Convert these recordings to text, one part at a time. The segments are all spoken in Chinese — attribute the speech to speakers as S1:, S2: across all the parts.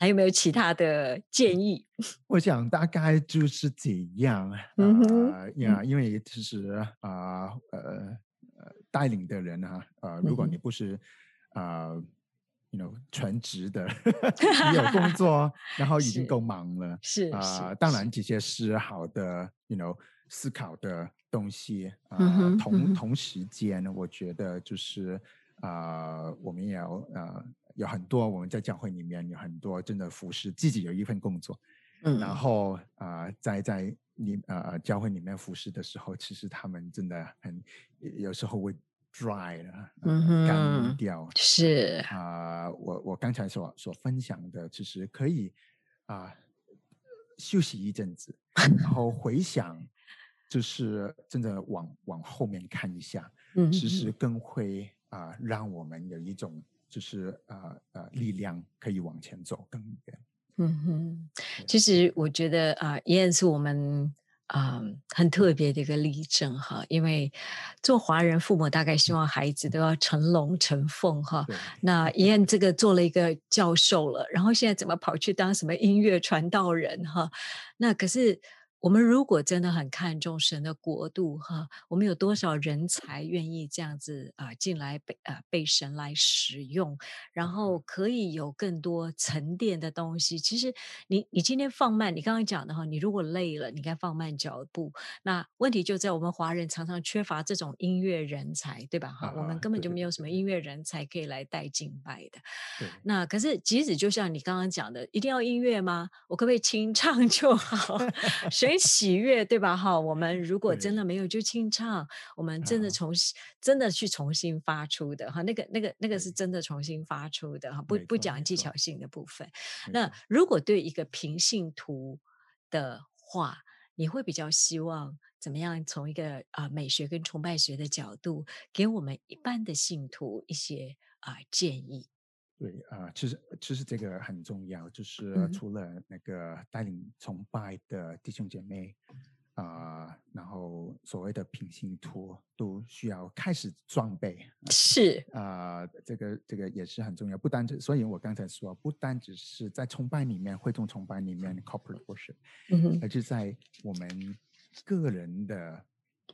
S1: 还有没有其他的
S2: 嗯
S1: 建议？
S2: 我想大概就是这样啊、
S1: 嗯哼
S2: 呃呀，因为其实啊呃呃带领的人哈、啊，呃，如果
S1: 嗯哼
S2: 你不是啊、呃、，you know 全 职的，你有工作，然后已经
S1: 是
S2: 够忙了
S1: 是
S2: 啊、
S1: 是，
S2: 当
S1: 是
S2: 然这些是好的，you know 思考的东西啊、
S1: 嗯哼嗯
S2: 同
S1: 哼
S2: 同时间，我觉得就是啊、我们也要呃有很多我们在教会里面有很多真的服侍自己有一份工作。
S1: 嗯
S2: 然后啊、呃在在你呃教会里面服侍的时候，其实他们真的很有时候会 dry 了，
S1: 嗯
S2: 呃干
S1: 哼
S2: 掉
S1: 是
S2: 啊、我我刚才所所分享的，其实可以啊、休息一阵子，然后回想，就是真的往往后面看一下，
S1: 嗯
S2: 其实更会啊、让我们有一种就是啊呃力量可以往前走更远。
S1: 嗯哼，其实我觉得啊，依、然是我们啊、很特别的一个例证哈，因为做华人父母大概
S2: 嗯
S1: 希望孩子都要成龙成凤哈。
S2: 对。
S1: 那依然这个做了一个教授了，然后现在怎么跑去当什么音乐传道人哈？那可是我们如果真的很看重神的国度哈，我们有多少人才愿意这样子啊、进来被啊、被神来使用？然后可以有更多沉淀的东西。其实你你今天放慢，你刚刚讲的哈，你如果累了，你该放慢脚步。那问题就在我们华人常常缺乏这种音乐人才，对吧？哈、我
S2: 啊
S1: 们根本
S2: 对
S1: 就
S2: 对
S1: 没有
S2: 对
S1: 什么
S2: 对
S1: 音乐人才可以来带敬拜的。
S2: 对
S1: 那可是，即使就像你刚刚讲的，一定要音乐吗？我可不可以清唱就好？ 谁喜悦，对吧？哈，我们如果真
S2: 对
S1: 的没有就清唱，我们真的
S2: 啊
S1: 重新、真的去重新发出的哈，那个那个那个是
S2: 对
S1: 真的重新发出的哈，不
S2: 没
S1: 不
S2: 错
S1: 讲
S2: 没
S1: 技
S2: 错嗯
S1: 巧性的部分。
S2: 没
S1: 那
S2: 错
S1: 如果对一个平信徒的话，你会比较希望怎么样？从一个啊、美学跟崇拜学的角度，给我们一般的信徒一些啊、建议。
S2: 对啊、呃其实其实这个很重要，就是
S1: 嗯哼
S2: 除了那个带领崇拜的弟兄姐妹啊、然后所谓的平行图都需要开始装备
S1: 是，
S2: 啊、这个这个也是很重要，不单只，所以我刚才说，不单只是在崇拜里面，会众崇拜里面 corporate worship，
S1: 嗯哼，
S2: 而是在我们个人的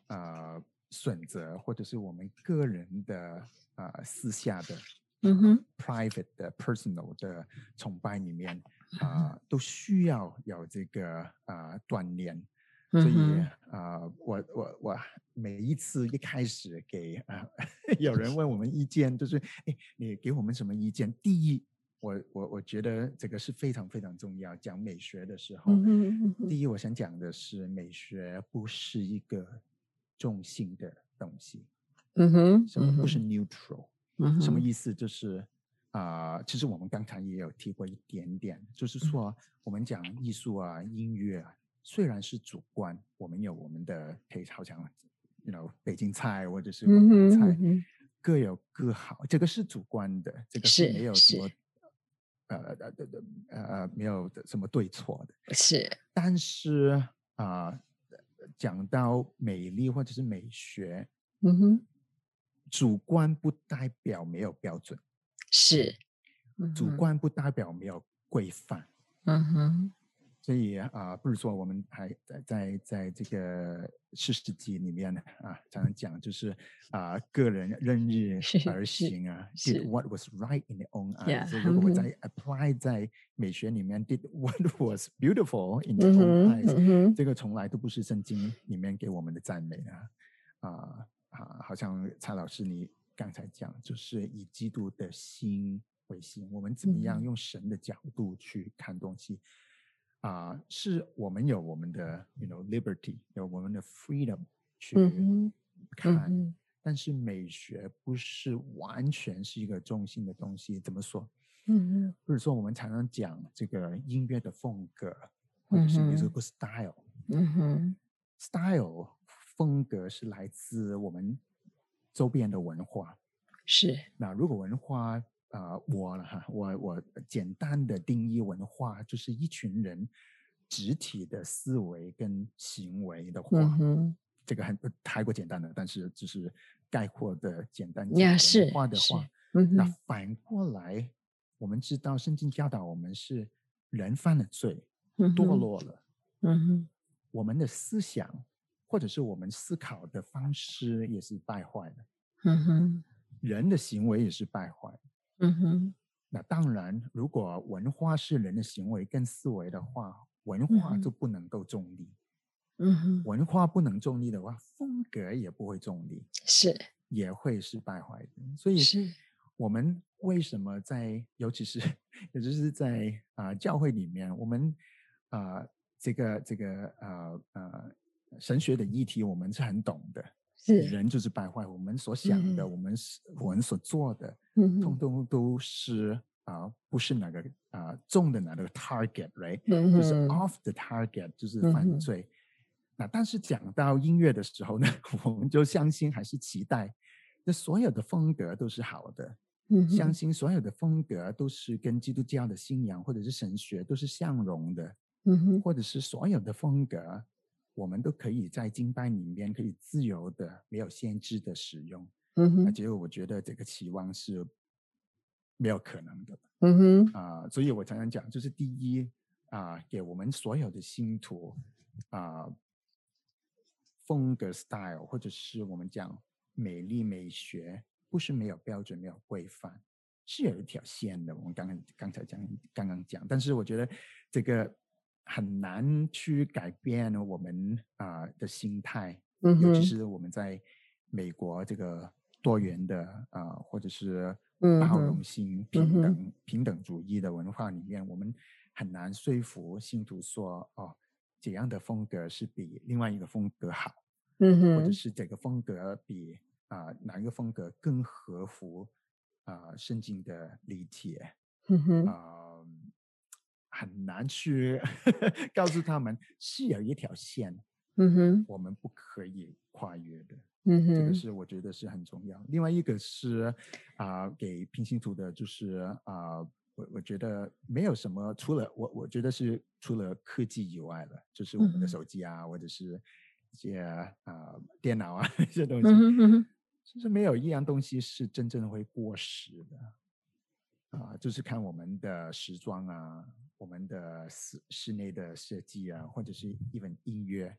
S2: 呃选择，或者是我们个人的呃私下的
S1: 嗯哼，
S2: private 的 personal 的崇拜里面
S1: 嗯
S2: 啊、都需要有这个啊、锻炼。所
S1: 嗯
S2: 以
S1: 哼，
S2: 啊、我我我每一次一开始给啊、 有人问我们意见，就是哎，你给我们什么意见？第一，我我我觉得这个是非常非常重要。讲美学的时候，
S1: 嗯哼嗯哼
S2: 第一我想讲的是，美学不是一个中性的东西，
S1: 嗯哼，
S2: 什么不是 neutral。
S1: 嗯
S2: 什么
S1: 哼
S2: 意思？就是啊、其实我们刚才也有提过一点点，就是
S1: 嗯
S2: 说我们讲艺术啊、音乐啊，虽然是主观，我们有我们的，可以好像，you know，北京菜或者
S1: 嗯
S2: 是广
S1: 哼
S2: 东菜，
S1: 嗯哼
S2: 各有各好，这个是主观的，这个
S1: 是
S2: 没有
S1: 是
S2: 什么呃呃呃呃没有什么对错的。
S1: 是，
S2: 但是啊、讲到美丽或者是美学，
S1: 嗯哼
S2: 主观不代表没有标准。
S1: 是，
S2: 主
S1: 嗯哼，
S2: 观不代表没有规范，
S1: 嗯哼，
S2: 所以啊、不如说我们还在在在这个四世纪里面呢啊，常常讲就是啊、个人任日
S1: 是
S2: 而行啊
S1: 是
S2: ，did what was right in their own
S1: Yeah，
S2: eyes。所以如果
S1: 嗯
S2: 我
S1: 哼
S2: 在 apply 在美学里面，did what was beautiful in their
S1: 嗯
S2: own
S1: 哼，
S2: eyes，、
S1: 嗯哼，
S2: 这个从来都不是圣经里面给我们的赞美啊啊啊！好像蔡老师你刚才讲，就是以基督的心为心，我们怎么样
S1: 嗯
S2: 用神的角度去看东西啊、是我们有我们的，you know liberty，有我们的 freedom 去
S1: 嗯
S2: 看
S1: 嗯，哼，
S2: 但是美学不是完全是一个中心的东西。怎么说？
S1: 嗯
S2: 比如说我们常常讲这个音乐的风格，或者是
S1: 嗯哼
S2: musical style。
S1: 哼，嗯哼，
S2: style 风格是来自我们周边的文化。
S1: 是，
S2: 那如果文化，呃，我了哈，我我简单的定义文化就是一群人集体的思维跟行为的话，
S1: 嗯哼，
S2: 这个很太过简单了，但是只是概括的简单讲
S1: 呀
S2: 文
S1: 是
S2: 化的
S1: 是
S2: 话，
S1: 嗯
S2: 那
S1: 哼，
S2: 反过来，我们知道圣经教导我们是人犯了罪，
S1: 嗯
S2: 堕
S1: 哼，
S2: 落了，
S1: 嗯哼，
S2: 我们的思想或者是我们思考的方式也是败坏的，
S1: 嗯哼，
S2: 人的行为也是败坏的。
S1: 嗯哼，
S2: 那当然，如果文化是人的行为跟思维的话，文化
S1: 嗯
S2: 就不能够中立。
S1: 嗯哼，
S2: 文化不能中立的话，风格也不会中立，
S1: 是
S2: 也会是败坏的。所以，
S1: 是，
S2: 我们为什么在，尤其是尤其是在啊、教会里面，我们啊、这个这个啊啊神学的议题，我们是很懂的。
S1: 是，
S2: 人就是败坏，我们所想的，
S1: 嗯
S2: 我们是我们所做的，
S1: 嗯
S2: 通
S1: 哼，
S2: 通都是啊、不是哪个啊、中的哪个 target，right？
S1: 嗯
S2: 就是
S1: 哼，
S2: 啊 off the target，就是
S1: 嗯
S2: 犯
S1: 哼
S2: 罪。那但是讲到音乐的时候呢， 我们就相信还是期待，那所有的风格都是好的，
S1: 嗯
S2: 相
S1: 哼，
S2: 信所有的风格都是跟基督教的信仰或者是神学都是相容的，
S1: 嗯哼，
S2: 或者是所有的风格，我们都可以在敬拜里面可以自由的、没有限制的使用。
S1: 嗯
S2: 那
S1: 哼，
S2: 结果我觉得这个期望是没有可能的。
S1: 嗯哼，
S2: 啊、所以我常常讲，就是第一啊、给我们所有的信徒啊、风格 style，或者是我们讲美丽美学，不是没有标准、没有规范，是有一条线的。我们刚刚刚才讲，刚刚讲，但是我觉得这个很难去改变我们啊、的心态，
S1: 嗯
S2: 尤其
S1: 哼
S2: 是我们在美国这个多元的啊、呃或者是
S1: 嗯
S2: 包
S1: 哼
S2: 容性、
S1: 嗯
S2: 平
S1: 哼
S2: 等、平等主义的文化里面，我们很难说服信徒说哦，怎样的风格是比另外一个风格好，
S1: 嗯
S2: 或者
S1: 哼，
S2: 是这个风格比啊、哪一个风格更合乎啊、圣经的理解。
S1: 嗯哼，
S2: 啊、很难去 告诉他们是有一条线，
S1: 嗯哼，
S2: 我们不可以跨越的。
S1: 嗯
S2: 这个
S1: 哼，
S2: 是我觉得是很重要。另外一个是啊、给平行图的，就是啊、我我觉得没有什么，除了我我觉得是除了科技以外了，就是我们的
S1: 嗯
S2: 手机啊，或者是一些啊、电脑啊 这些东西，
S1: 嗯哼，嗯哼，
S2: 就是没有一样东西是真正会过时的啊、就是看我们的时装啊，我们的室室内的设计啊，或者是一份音乐，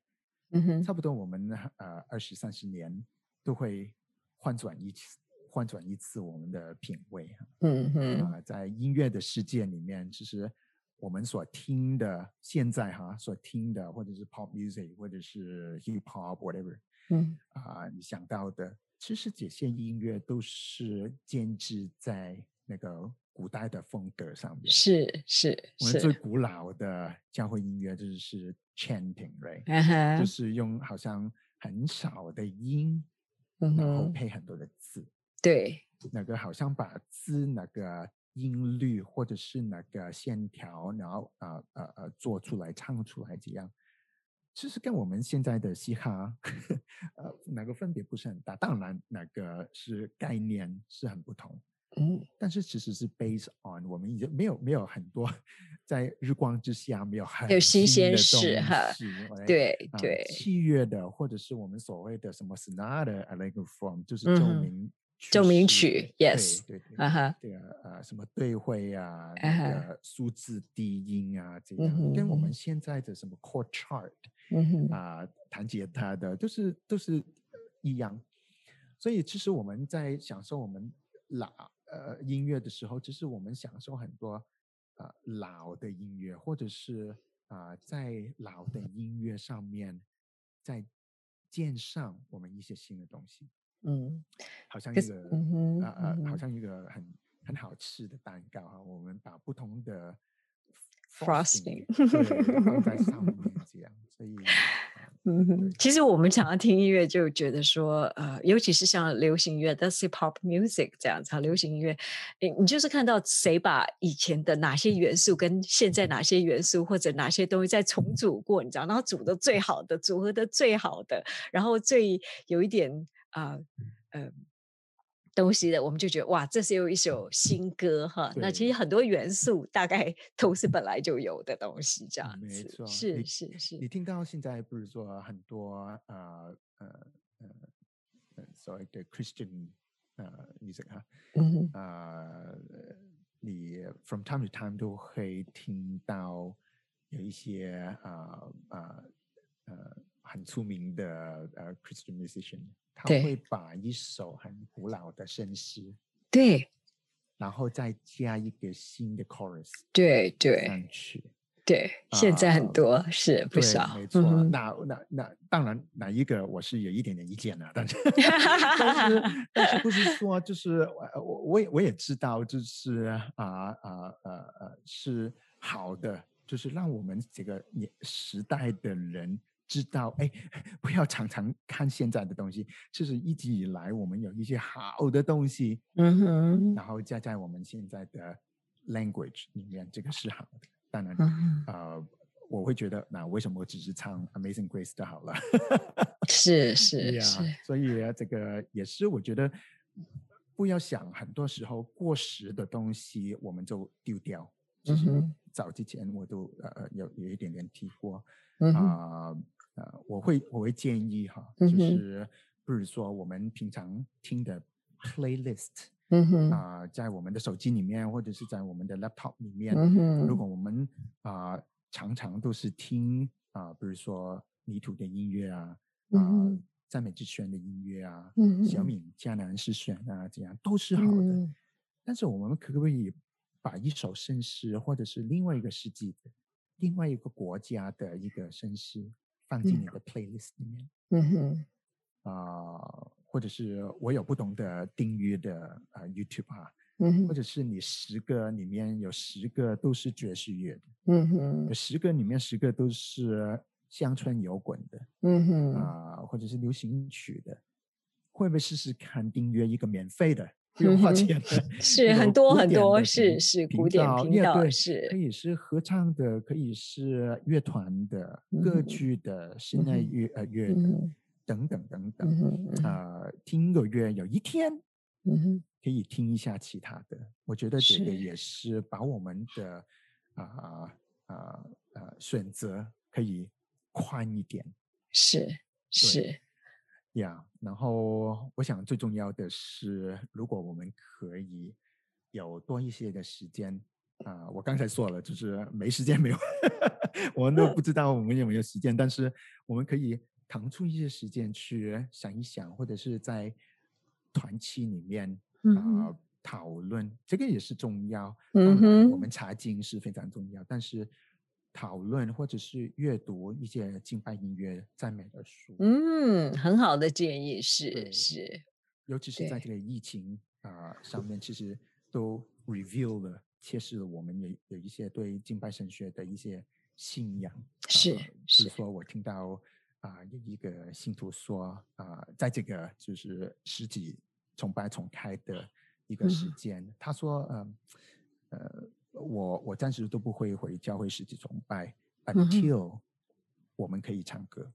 S1: 嗯哼，
S2: 差不多我们呃二十三十年都会换转一次，换转一次我们的品味啊、
S1: 嗯哼，
S2: 啊在音乐的世界里面，其实我们所听的现在哈、所听的或者是 pop music 或者是 hip hop whatever，
S1: 嗯
S2: 啊、你想到的，其实这些音乐都是建制在那个古代的风格上面。
S1: 是是
S2: 我们最
S1: 是，嗯
S2: 古老的教会音乐就是 chanting，right？、
S1: 啊哈
S2: 就，是用好像很少的音，
S1: 嗯
S2: 然后
S1: 哼，
S2: 配很多的字，
S1: 对，
S2: 那个好像把字那个音律或者是那个线条，然后啊呃呃做出来唱出来这样，其实跟我们现在的嘻哈呃哪个分别不是很大，当然那个是概念是很不同，
S1: 嗯
S2: 但是其实是 based on 我们已经没有没有很多 在日光之下没有很
S1: 有新鲜
S2: 的
S1: 事
S2: 东
S1: 哈
S2: 西，我来
S1: 对
S2: 啊
S1: 对，
S2: 器乐的，或者是我们所谓的什么 sonata allegro form，就是
S1: 嗯
S2: 奏
S1: 哼
S2: 鸣
S1: 奏鸣
S2: 式
S1: 曲
S2: 对
S1: ，yes
S2: 对对
S1: 啊哈，
S2: 这个呃什么对会啊，
S1: 啊
S2: 那
S1: 哈
S2: 个数字低音啊，这
S1: 嗯
S2: 样、跟我
S1: 哼
S2: 们现在的什么 chord chart
S1: 嗯哼，
S2: 啊、弹吉他的都是都是一样，所以其实我们在享受我们老呃音乐的时候，其实我们享受很多啊、呃、老的音乐，或者是啊、在老的音乐上面再建上我们一些新的东西，
S1: 嗯，
S2: 好像一
S1: 可是，
S2: 个
S1: 嗯哼，
S2: 啊啊，
S1: 嗯
S2: 好
S1: 哼
S2: 像一个很很好吃的蛋糕啊，我们把不同的
S1: Frosting
S2: 对放在上面这样，所 以啊
S1: 嗯
S2: 对
S1: 哼，其实我们常常听音乐就觉得说，呃，尤其是像流行乐，that's hip hop music 这样子啊，流行音乐，你你就是看到谁把以前的哪些元素跟现在哪些元素或者哪些东西再重组过，你知道，然后组的最好的，组合的最好的，然后最有一点啊，呃。东西的，我们就觉得哇，这是有一首新歌哈。那其
S2: 对
S1: 实很多元素大概都是本来就有的东西，这样
S2: 嗯没
S1: 子
S2: 错，
S1: 是
S2: 你
S1: 是是
S2: 你，听到现在不是说很多呃呃呃
S1: 嗯
S2: 呃所谓的 Christian 呃 music 哈
S1: 嗯哼
S2: 呃你 from time to time 都会听到有一些啊啊呃很出名的呃 Christian musician，他
S1: 对
S2: 会把一首很古老的圣诗，
S1: 对
S2: 然后再加一个新的 chorus
S1: 对对
S2: 上去。
S1: 对，现在很
S2: 啊
S1: 多、是不
S2: 嗯对
S1: 少，
S2: 没
S1: 嗯
S2: 错。
S1: 哼
S2: 那那那当然，哪一个我是有一点点意见的，但是但 是但是不是说就是呃我我也我也知道，就是啊啊呃呃是好的，就是让我们这个年时代的人。知道哎， 不要常常看现在的东西。其实一直以来，我们有一些好的东西，
S1: 嗯哼，
S2: 然后加在我们现在的 language 里面，这个是好的。当然，
S1: 嗯哼，
S2: 呃，我会觉得，那为什么我只是唱 Amazing Grace 就好了？
S1: 是是
S2: 呀
S1: 是，
S2: 所以啊这个也是我觉得不要想，很多时候过时的东西我们就丢掉。就
S1: 嗯
S2: 是
S1: 哼
S2: 早之前我都呃呃有有一点点提过
S1: 嗯
S2: 啊
S1: 哼，
S2: 啊、我会我会建议哈，
S1: 嗯
S2: 就
S1: 哼
S2: 是不如说我们平常听的 playlist
S1: 嗯哼，
S2: 啊、在我们的手机里面或者是在我们的 laptop 里面，
S1: 嗯
S2: 如
S1: 哼，
S2: 果我们啊、常常都是听啊、比如说泥土的音乐啊，啊、
S1: 嗯哼
S2: 赞美之泉的音乐啊，
S1: 嗯
S2: 小
S1: 哼
S2: 敏迦南诗选啊，这样都是好的。
S1: 嗯
S2: 但是我们可不可以把一首圣诗，或者是另外一个世纪的、另外一个国家的一个圣诗放进你的 playlist 里面
S1: 嗯哼，
S2: 啊、或者是我有不同的订阅的啊、YouTube 啊，
S1: 嗯
S2: 或
S1: 哼，
S2: 者是你十个里面有十个都是爵士乐的。
S1: 嗯哼
S2: 有，十个里面十个都是乡村摇滚的
S1: 嗯哼，
S2: 啊、或者是流行曲的，会不会试试看订阅一个免费的不 用花
S1: 嗯哼
S2: 钱的？
S1: 是
S2: 那
S1: 很
S2: 种
S1: 多
S2: 古
S1: 很
S2: 典
S1: 多
S2: 的
S1: 是
S2: 频
S1: 是
S2: 频
S1: 古典
S2: 道
S1: 频
S2: 乐
S1: 道
S2: 队
S1: 是
S2: 可以是合唱的，可以是乐团的、歌
S1: 嗯
S2: 剧的、室内
S1: 嗯哼
S2: 乐呃乐的、
S1: 嗯哼
S2: 等等等
S1: 嗯
S2: 等
S1: 哼嗯哼
S2: 啊、听个乐，有一天
S1: 嗯哼，
S2: 可以听一下其他的。我觉得这个
S1: 是
S2: 也是把我们的啊啊啊选择可以宽一点
S1: 是是，
S2: 呀。然后我想最重要的是，如果我们可以有多一些的时间。啊、我刚才说了，就是没时间没有， 我们都
S1: 嗯
S2: 不知道我们有没有时间，但是我们可以腾出一些时间去想一想，或者是在团期里面
S1: 嗯
S2: 啊、
S1: 哼
S2: 讨论，这个也是重要。
S1: 嗯
S2: 当然我
S1: 哼
S2: 们查经是非常重要，但是讨论或者是阅读一些敬拜音乐赞美的书，
S1: 嗯，很好的建议是
S2: 对
S1: 是，
S2: 尤其是在
S1: 对
S2: 这个疫情啊、上面，其实都 reveal 了揭示了我们有有一些对敬拜神学的一些信仰。啊
S1: 是
S2: 比
S1: 是
S2: 如说我听到啊、有一个信徒说啊、在这个就是实体崇拜重开的一个时
S1: 嗯
S2: 间，他说嗯呃我我暂时都不会回教会实体崇拜
S1: 嗯哼
S2: ，until、我们可以唱歌。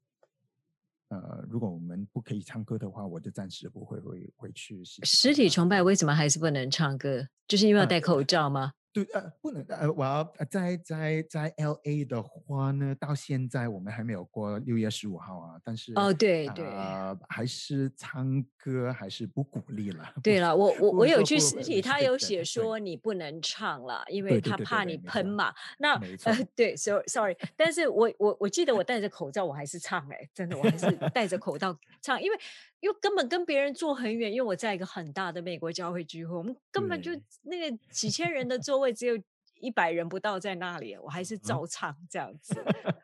S2: 呃，如果我们不可以唱歌的话，我就暂时不会回回去实
S1: 实体崇拜
S2: 歌
S1: 为什么还是不能唱歌？就是因为要
S2: 呃
S1: 戴口罩吗？
S2: 对，呃，不能，呃，我要呃在在在 L A 的话呢，到现在我们还没有过六月十五号啊，但是
S1: 哦，对对。
S2: 呃，还是唱歌还是不鼓励了。不
S1: 对
S2: 是
S1: 了，我我
S2: 不
S1: 我
S2: 是
S1: 有
S2: 说
S1: 去
S2: 不
S1: 实
S2: 呃
S1: 体，
S2: 是
S1: 他
S2: 对
S1: 有
S2: 的
S1: 写
S2: 对
S1: 说你不能唱了，因为
S2: 对对
S1: 他
S2: 对对
S1: 怕
S2: 对
S1: 你
S2: 没
S1: 喷
S2: 错
S1: 嘛。那
S2: 没
S1: 呃
S2: 错，
S1: 对，so sorry，但是我我我记得我戴着口罩，我还是唱哎、真的，我还是戴着口罩唱，因为因为根本跟别人坐很远，因为我在一个很大的美国教会聚会，我们根本就
S2: 对
S1: 那个几千人的座位只有一百人不到在那里，我还是照唱这样子。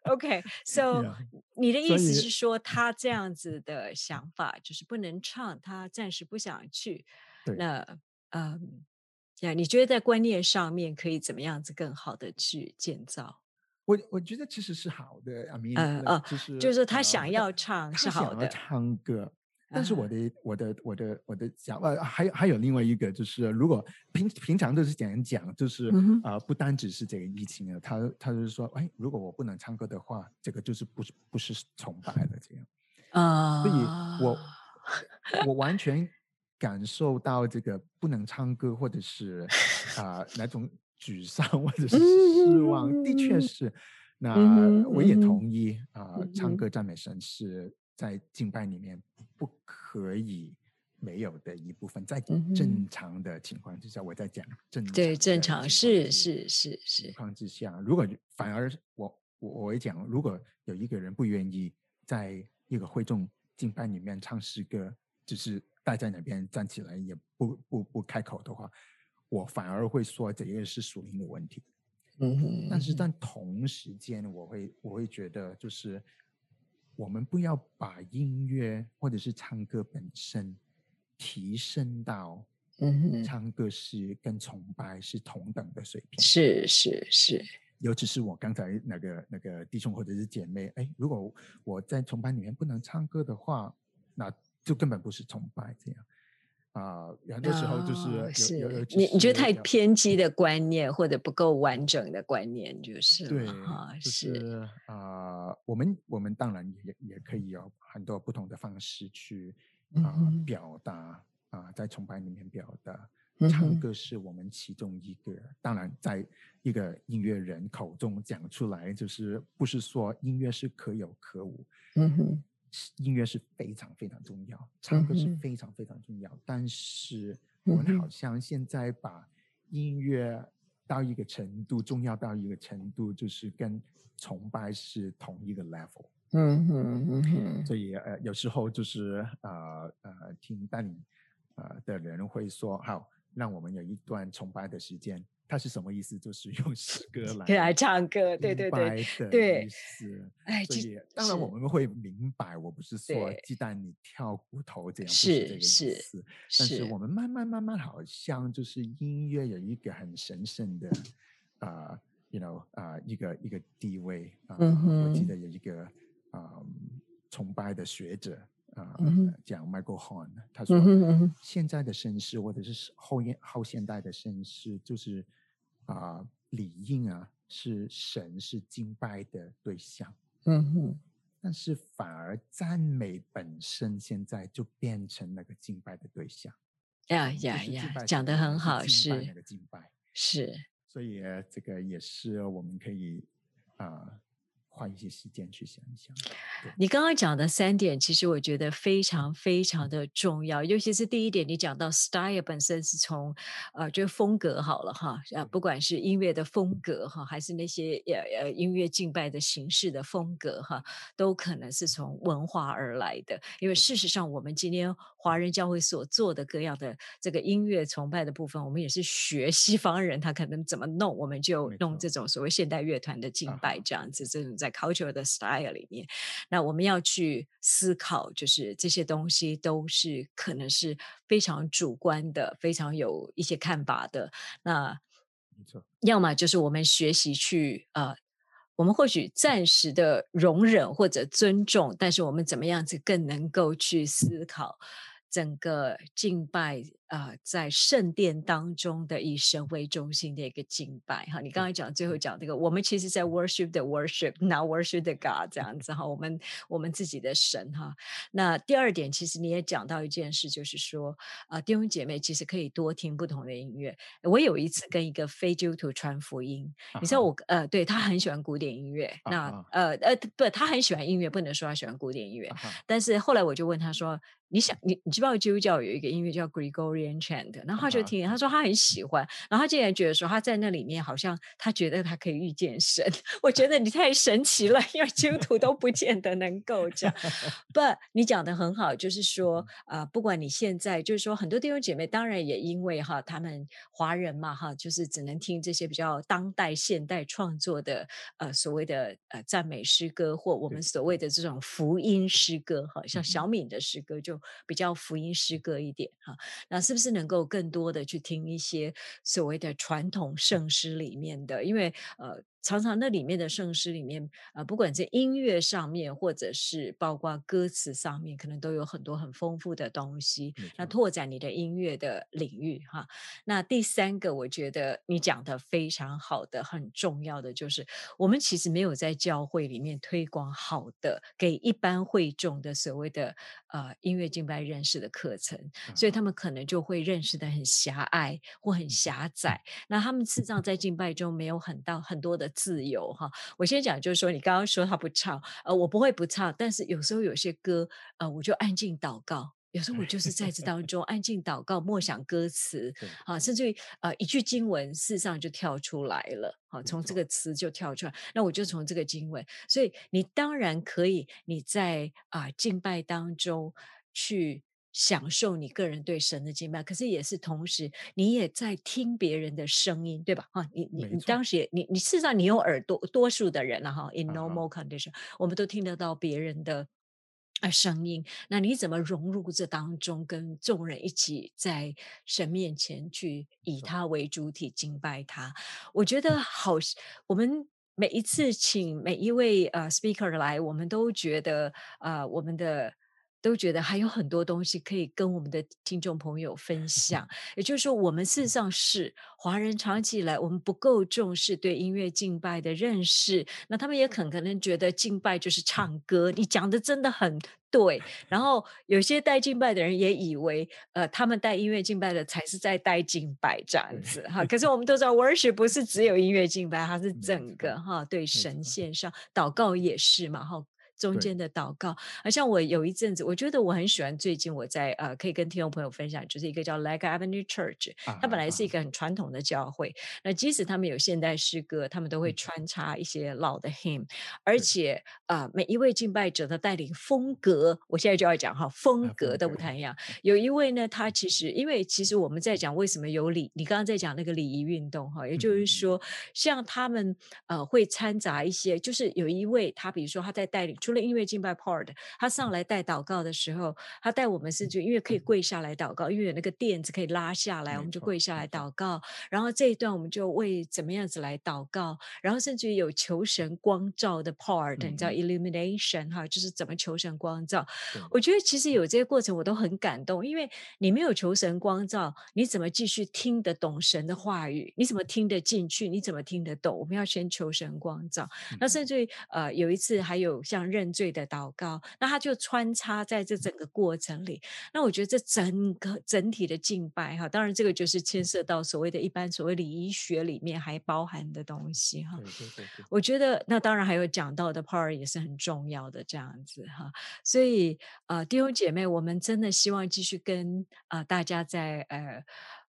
S1: OK，so、
S2: 嗯 Yeah
S1: 你的意
S2: 所
S1: 思
S2: 以
S1: 是说，他这样子的想法就是不能唱，他暂时不想去。
S2: 对
S1: 那嗯，呀，你觉得在观念上面可以怎么样子更好的去建造？
S2: 我我觉得其实是好的，阿明，
S1: 呃
S2: 那
S1: 呃
S2: 就是
S1: 就是说他
S2: 呃
S1: 想要唱
S2: 他
S1: 是好
S2: 想要
S1: 的
S2: 唱歌，但是
S1: 啊
S2: 我的我的我的我的想法，还有还有另外一个就是，如果平平常都是讲讲，就是
S1: 嗯哼
S2: 啊、呃不单只是这个疫情啊，他他就是说，哎，如果我不能唱歌的话，这个就是不是不是崇拜的这样，
S1: 啊，
S2: 所以我我完全感受到这个不能唱歌或者是啊、哪种沮丧或者是失望，的确
S1: 嗯
S2: 是。那
S1: 嗯哼
S2: 我也
S1: 嗯哼
S2: 同意啊、
S1: 嗯
S2: 唱
S1: 哼
S2: 歌赞美神是在敬拜里面不可以没有的一部分，在
S1: 嗯哼
S2: 正常的情况之下，我在讲正
S1: 对，正
S2: 的
S1: 常
S2: 情况
S1: 是
S2: 之
S1: 是是
S2: 情
S1: 是，
S2: 况之下，如果反而是我我我会讲，如果有一个人不愿意在一个会众敬拜里面唱诗歌，就是待在那边站起来也不不不开口的话，我反而会说这个是属灵的问题。
S1: 嗯哼，
S2: 但是但同时间，我会我会觉得就是我们不要把音乐或者是唱歌本身提升到
S1: 嗯哼，
S2: 唱歌是跟崇拜是同等的水平。
S1: 是是是，
S2: 尤其是我刚才那个那个弟兄或者是姐妹，哎，如果我在崇拜里面不能唱歌的话，那就根本不是崇拜这样。啊、有很多时候就是有、
S1: 哦是
S2: 有有，
S1: 你你觉得太
S2: 偏。
S1: 偏激的观念或者不够完整的观念就是
S2: 对
S1: 了哈，，是
S2: 就是啊、我们我们当然也也可以有很多不同的方式去
S1: 嗯
S2: 啊、
S1: 哼
S2: 表达啊、在崇拜里面表达。
S1: 嗯
S2: 唱
S1: 哼
S2: 歌是我们其中一个，当然，在一个音乐人口中讲出来，就是不是说音乐是可有可无，
S1: 嗯哼，
S2: 是音乐是非常非常重要，唱歌是
S1: 嗯哼
S2: 非常非常重要。但是我
S1: 嗯
S2: 们
S1: 哼
S2: 好像现在把音乐到一个程度，重要到一个程度，就是跟崇拜是同一个 level。
S1: 嗯哼，嗯哼，
S2: 所以呃，有时候就是呃呃，听带领呃的人会说，好，让我们有一段崇拜的时间。它是什么意思？就是用诗歌来
S1: 可以来唱歌，对对 对，
S2: 对
S1: 对
S2: 意思。
S1: 哎，
S2: 所
S1: 这
S2: 以，当然我
S1: 是
S2: 们会明白，我不是说
S1: 对
S2: 鸡蛋里挑骨头这样，不
S1: 是
S2: 这个意
S1: 是
S2: 思。但是我们慢慢慢慢，好像就是音乐有一个很神圣的，啊、y o u know，啊、一个一个地位啊、我记
S1: 嗯哼
S2: 得有一个啊、崇拜的学者啊、
S1: 嗯哼
S2: 讲 Michael Horn，他说、
S1: 嗯哼嗯哼，
S2: 现在的绅士或者是后现后现代的绅士，就是啊、理应啊是神是敬拜的对象，
S1: 嗯哼，
S2: 但是反而赞美本身现在就变成那个敬拜的对象。
S1: 呀
S2: 就
S1: 呀
S2: 是敬
S1: 呀
S2: 拜，
S1: 讲
S2: 神
S1: 得
S2: 而
S1: 很
S2: 不
S1: 好，
S2: 敬拜那
S1: 是
S2: 个敬拜。
S1: 是，
S2: 所以呃这个也是我们可以啊、花一些时间去想一想。
S1: 你刚刚讲的三点，其实我觉得非常非常的重要，尤其是第一点，你讲到 style 本身是从呃，就是风格好了哈，啊，不管是音乐的风格哈，还是那些呃呃音乐敬拜的形式的风格哈，都可能是从文化而来的。因为
S2: 嗯
S1: 事实上，我们今天华人教会所做的各样的这个音乐崇拜的部分，我们也是学西方人他可能怎么弄，我们就
S2: 没
S1: 弄
S2: 错
S1: 这种所谓现代乐团的敬
S2: 啊
S1: 拜
S2: 哈
S1: 这样子，这种在 culture 的 style 里面。那我们要去思考，就是这些东西都是可能是非常主观的，非常有一些看法的。那
S2: 没错，
S1: 要么就是我们学习去呃，我们或许暂时的容忍或者尊重，但是我们怎么样子更能够去思考整个敬拜啊、呃在圣殿当中的以神为中心的一个敬拜哈。你刚才讲最后讲这个，我们其实在 worship 的 worship，那 worship 的 God 这样子哈，我们我们自己的神哈。那第二点，其实你也讲到一件事，就是说啊、呃弟兄姐妹其实可以多听不同的音乐。我有一次跟一个非基督徒传福音，你知道
S2: 啊哈
S1: 我呃，对他很喜欢古典音乐，
S2: 啊
S1: 那
S2: 啊
S1: 呃呃不，他很喜欢音乐，不能说他喜欢古典音乐
S2: 啊。哈
S1: 但是后来我就问他说：“你想你你知不知道基督教有一个音乐叫 Gregorian chant？” 然后他就
S2: 啊
S1: 听，他说他很喜欢，然后他竟然觉得说他在那里面好像他觉得他可以遇见神。 我觉得你太神奇了， 因为基督徒都不见得能够这样。不，你讲的很好，就是说
S2: 嗯
S1: 啊、不管你现在就是说很多弟兄姐妹，当然也因为哈，他们华人嘛哈，就是只能听这些比较当代现代创作的呃所谓的呃赞美诗歌，或我
S2: 对嗯
S1: 们所谓的这种福音诗歌哈，像
S2: 嗯哼
S1: 小敏的诗歌就比较福音诗歌一点哈。那是不是能够更多的去听一些所谓的传统圣诗里面的？因为呃，常常那里面的圣诗里面，呃，不管在音乐上面，或者是包括歌词上面，可能都有很多很丰富的东西
S2: 没，
S1: 那
S2: 错
S1: 拓展你的音乐的领域哈。那第三个，我觉得你讲的非常好的，很重要的就是，我们其实没有在教会里面推广好的给一般会众的所谓的呃音乐敬拜认识的课程。
S2: 啊嗯
S1: 所以他们可能就会认识的很狭隘或很狭窄。那他们事实上在敬拜中没有很到很多的自由哈。我先讲就是说，你刚刚说他不唱，呃，我不会不唱，但是有时候有些歌，呃，我就安静祷告。有时候我就是在这当中安静祷告，默想歌词
S2: 对
S1: 啊，甚至于呃一句经文，事实上就跳出来了。啊，从这
S2: 错
S1: 个词就跳出来，那我就从这个经文，所以你当然可以，你在啊、敬拜当中去享受你个人对神的敬拜，可是也是同时你也在听别人的声音，对吧？哈、你你
S2: 没
S1: 你
S2: 错
S1: 当时也你你事实上你有耳朵，多数的人了、哈，in
S2: 啊哈
S1: normal condition，、我们都听得到别人的。呃，声音，那你怎么融入这当中，跟众人一起在神面前去以
S2: 错
S1: 他为主体敬拜他？我觉得好是，我们每一次请每一位呃 speaker 来，我们都觉得呃，我们的都觉得还有很多东西可以跟我们的听众朋友分享。也就是说，我们事实上是华人长期以来，我们不够重视对音乐敬拜的认识，那他们也很可能觉得敬拜就是唱歌。你讲的真的很 对，然后有些带敬拜的人也以为，呃，他们带音乐敬拜的才是在带敬拜这样
S2: 对
S1: 子哈。可 是我们都知道，worship 不是只有音乐敬拜，它是
S2: 没
S1: 整个
S2: 错
S1: 哈对神
S2: 错
S1: 献上，祷告也是嘛哈。中
S2: 对
S1: 间的祷告，而像我有一阵子，我觉得我很喜欢。最近我在呃，可以跟听众朋友分享，就是一个叫 Lega Avenue Church，
S2: 啊
S1: 它本来是一
S2: 啊
S1: 个很传统的教会，那即使他们有现代诗歌，他们都会穿插一些老的 hymn，而
S2: 嗯对
S1: 且啊，每一位敬拜者的带领风格，我现在就要讲哈，风
S2: 啊
S1: 格
S2: 风
S1: 都不
S2: 格
S1: 太一样。有一位呢，他其实因为其实我们在讲为什么有礼，你刚刚在讲那个礼仪运动哈，也就
S2: 嗯
S1: 是
S2: 嗯嗯
S1: 说，像他们呃会掺杂一些，就是有一位他比如说他在带领，除了音乐敬拜 part，他上来带祷告的时候，他带我们
S2: 嗯
S1: 是就因为可以跪下来祷告，因为有那个垫子可以拉下来，我
S2: 没
S1: 们就
S2: 错
S1: 跪下
S2: 没
S1: 来
S2: 错
S1: 祷告。然后这一段我们就为怎么样子来祷告，然后甚至于有求神光照的 part，、你知道
S2: 嗯
S1: illumination 哈，就是怎么求神光照。
S2: 对
S1: 我觉得其实有这些过程我都很感动，因为你没有求神光照，你怎么继续听得懂神的话语？你怎么听得进去？你怎么听得懂？我们要先求神光照。那
S2: 嗯
S1: 甚至于呃有一次还有像认罪的祷告，那他就穿插在这整个过程里。那我觉得这整个整体的敬拜哈，当然这个就是牵涉到所谓的一般所谓礼仪学里面还包含的东西哈。
S2: 对对对对
S1: 我觉得那当然还有讲到的 part 也是很重要的这样子哈，所以呃弟兄姐妹，我们真的希望继续跟啊、呃大家在呃。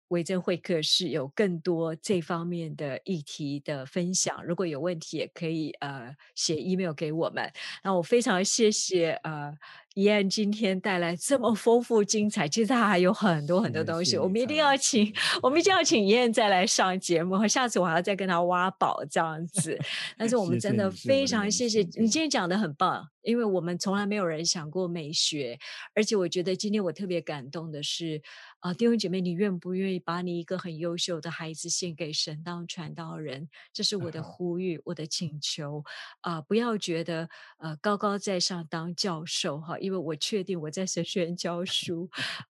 S1: 维珍会客室有更多这方面的议题的分享，如果有问题也可以呃写 email 给我们。那我非常谢谢呃怡安今天带来这么丰富精彩，其实它还有很多很多
S2: 是
S1: 东
S2: 是嗯
S1: 西，我
S2: 没
S1: 们一
S2: 错
S1: 定要
S2: 没
S1: 请
S2: 错没
S1: 我
S2: 错
S1: 们一定要请妍妍再来上节目，下次我还要再跟她挖宝这样 子。但是我们
S2: 谢
S1: 真
S2: 谢
S1: 的
S2: 你是
S1: 非
S2: 我的
S1: 常
S2: 荣
S1: 谢谢
S2: 幸对
S1: 你今天讲的很棒，因为我们从来没有人想过美学，而且我觉得今天我特别感动的是，啊、弟兄姐妹，你愿不愿意把你一个很优秀的孩子献给神当传道人？这是我的
S2: 啊哈
S1: 呼吁，我的请求啊、不要觉得呃高高在上当教授哈，因为我确定我在神学院教书，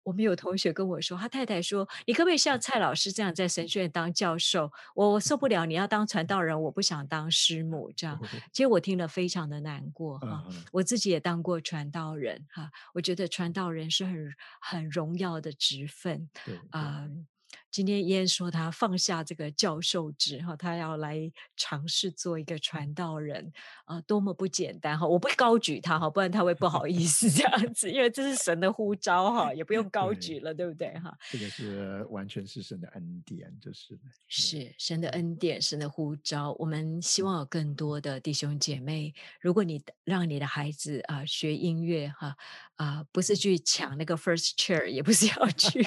S1: 我们有同学跟我说，他太太说：“你可不可以像蔡老师这样在神学院当教授？我我受不了，你要当传道人，我不想当师母。”这样，其实我听了非常的难过哈。
S2: 啊哈
S1: 我自己也当过传道人哈、我觉得传道人是很很荣耀的职分
S2: 对对
S1: 啊、今天燕说她放下这个教授职哈，她要来尝试做一个传道人啊、多么不简单哈！我不高举她哈，不然她会不好意思 这样子，因为这是神的呼召哈，也不用高
S2: 对
S1: 举了，对不对哈？
S2: 这个是完全是神的恩典，就是的
S1: 是神的恩典，神的呼召。我们
S2: 嗯
S1: 希望有更多的弟兄姐妹，如果你的让你的孩子啊、学音乐哈啊、不是去抢那个 first chair，也不是要 去，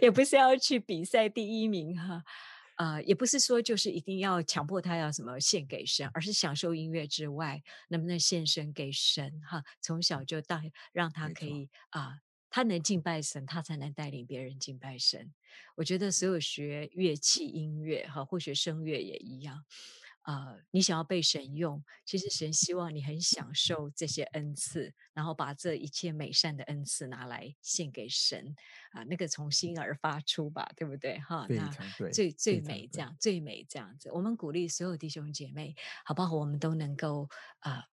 S1: 也不是要去比赛第一名哈。啊，也不是说就是一定要强迫他要什么献给神，而是享受音乐之外，能不能献身给神哈？从小就带让他
S2: 没
S1: 可
S2: 错
S1: 以啊、他能敬拜神，他才能带领别人敬拜神。我觉得所有学乐器、音乐哈，或学声乐也一样。呃，你想要被神用，其实神希望你很享受这些恩赐，然后把这一切美善的恩赐拿来献给神啊、那个从心而发出吧，对不对？哈，
S2: 非
S1: 啊那
S2: 常对，
S1: 最最
S2: 非常
S1: 美这
S2: 对
S1: 样，最美这样子。我们鼓励所有弟兄姐妹，好不好？我们都能够啊、呃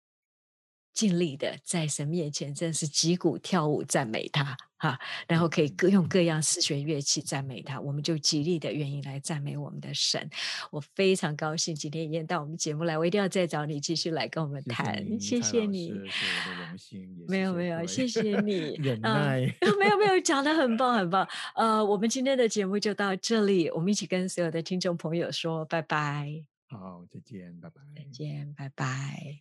S1: 尽力的在神面前，真是击鼓跳舞赞美他哈，然后可
S2: 嗯
S1: 以各用各样四弦乐器赞美他，我们就极力的愿意来赞美我们的神。我非常高兴今天燕到我们节目来，我一定要再找你继续来跟我们谈，
S2: 谢
S1: 谢
S2: 你，是我的荣幸，也
S1: 没有没有，谢谢你
S2: 忍耐，
S1: 呃、没有没有，讲的很棒很棒。呃，我们今天的节目就到这里，我们一起跟所有的听众朋友说拜拜。
S2: 好，再见，拜拜，
S1: 再见，拜拜。